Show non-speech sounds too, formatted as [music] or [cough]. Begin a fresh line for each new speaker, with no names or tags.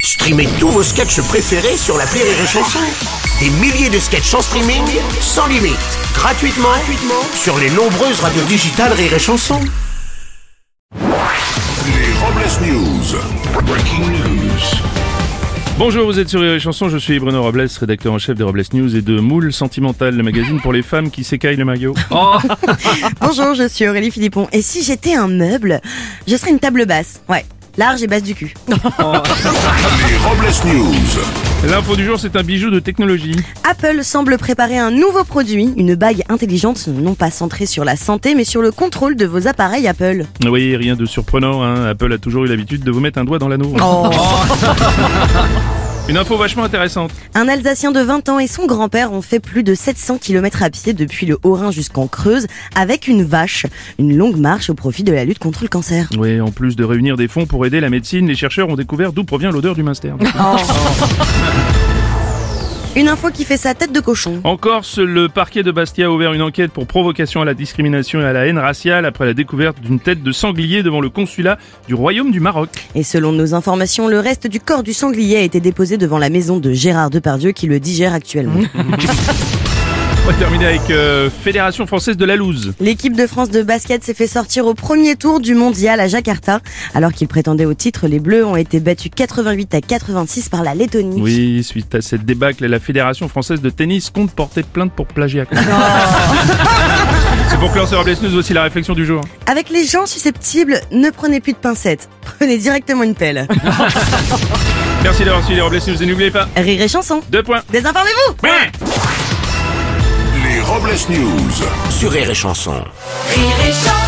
Streamez tous vos sketchs préférés sur la Rire et Chanson. Des milliers de sketchs en streaming, sans limite, gratuitement, gratuitement sur les nombreuses radios digitales Rire et Chanson.
Les Robles News. Breaking news.
Bonjour, vous êtes sur Rire et Chanson, je suis Bruno Robles, rédacteur en chef des Robles News et de Moule Sentimental, le magazine pour les femmes qui s'écaillent le maillot.
Bonjour, je suis Aurélie Philippon. Et si j'étais un meuble, je serais une table basse. Ouais, large et basse du cul.
Les Robles News.
L'info du jour, c'est un bijou de technologie.
Apple semble préparer un nouveau produit, une bague intelligente, non pas centrée sur la santé, mais sur le contrôle de vos appareils Apple.
Oui, rien de surprenant, hein. Apple a toujours eu l'habitude de vous mettre un doigt dans l'anneau. [laughs] Une info vachement intéressante.
Un Alsacien de 20 ans et son grand-père ont fait plus de 700 km à pied depuis le Haut-Rhin jusqu'en Creuse avec une vache. Une longue marche au profit de la lutte contre le cancer.
Oui, en plus de réunir des fonds pour aider la médecine, les chercheurs ont découvert d'où provient l'odeur du minster.
Une info qui fait sa tête de cochon.
En Corse, le parquet de Bastia a ouvert une enquête pour provocation à la discrimination et à la haine raciale après la découverte d'une tête de sanglier devant le consulat du Royaume du Maroc.
Et selon nos informations, le reste du corps du sanglier a été déposé devant la maison de Gérard Depardieu qui le digère actuellement.
On va terminer avec euh, Fédération Française de la Louse.
L'équipe de France de basket s'est fait sortir au premier tour du mondial à Jakarta. Alors qu'ils prétendaient au titre, les Bleus ont été battus 88 à 86 par la Lettonie.
Oui, suite à cette débâcle, la Fédération Française de Tennis compte porter plainte pour plagiat. C'est pour clore ce Robles News, voici la réflexion du jour.
Avec les gens susceptibles, ne prenez plus de pincettes. Prenez directement une pelle.
Merci d'avoir suivi les Robles News et n'oubliez pas,
Rire et chanson.
deux points.
Désinformez-vous
Les Robles News.
Sur Rire et Chanson.
Rire et chanson.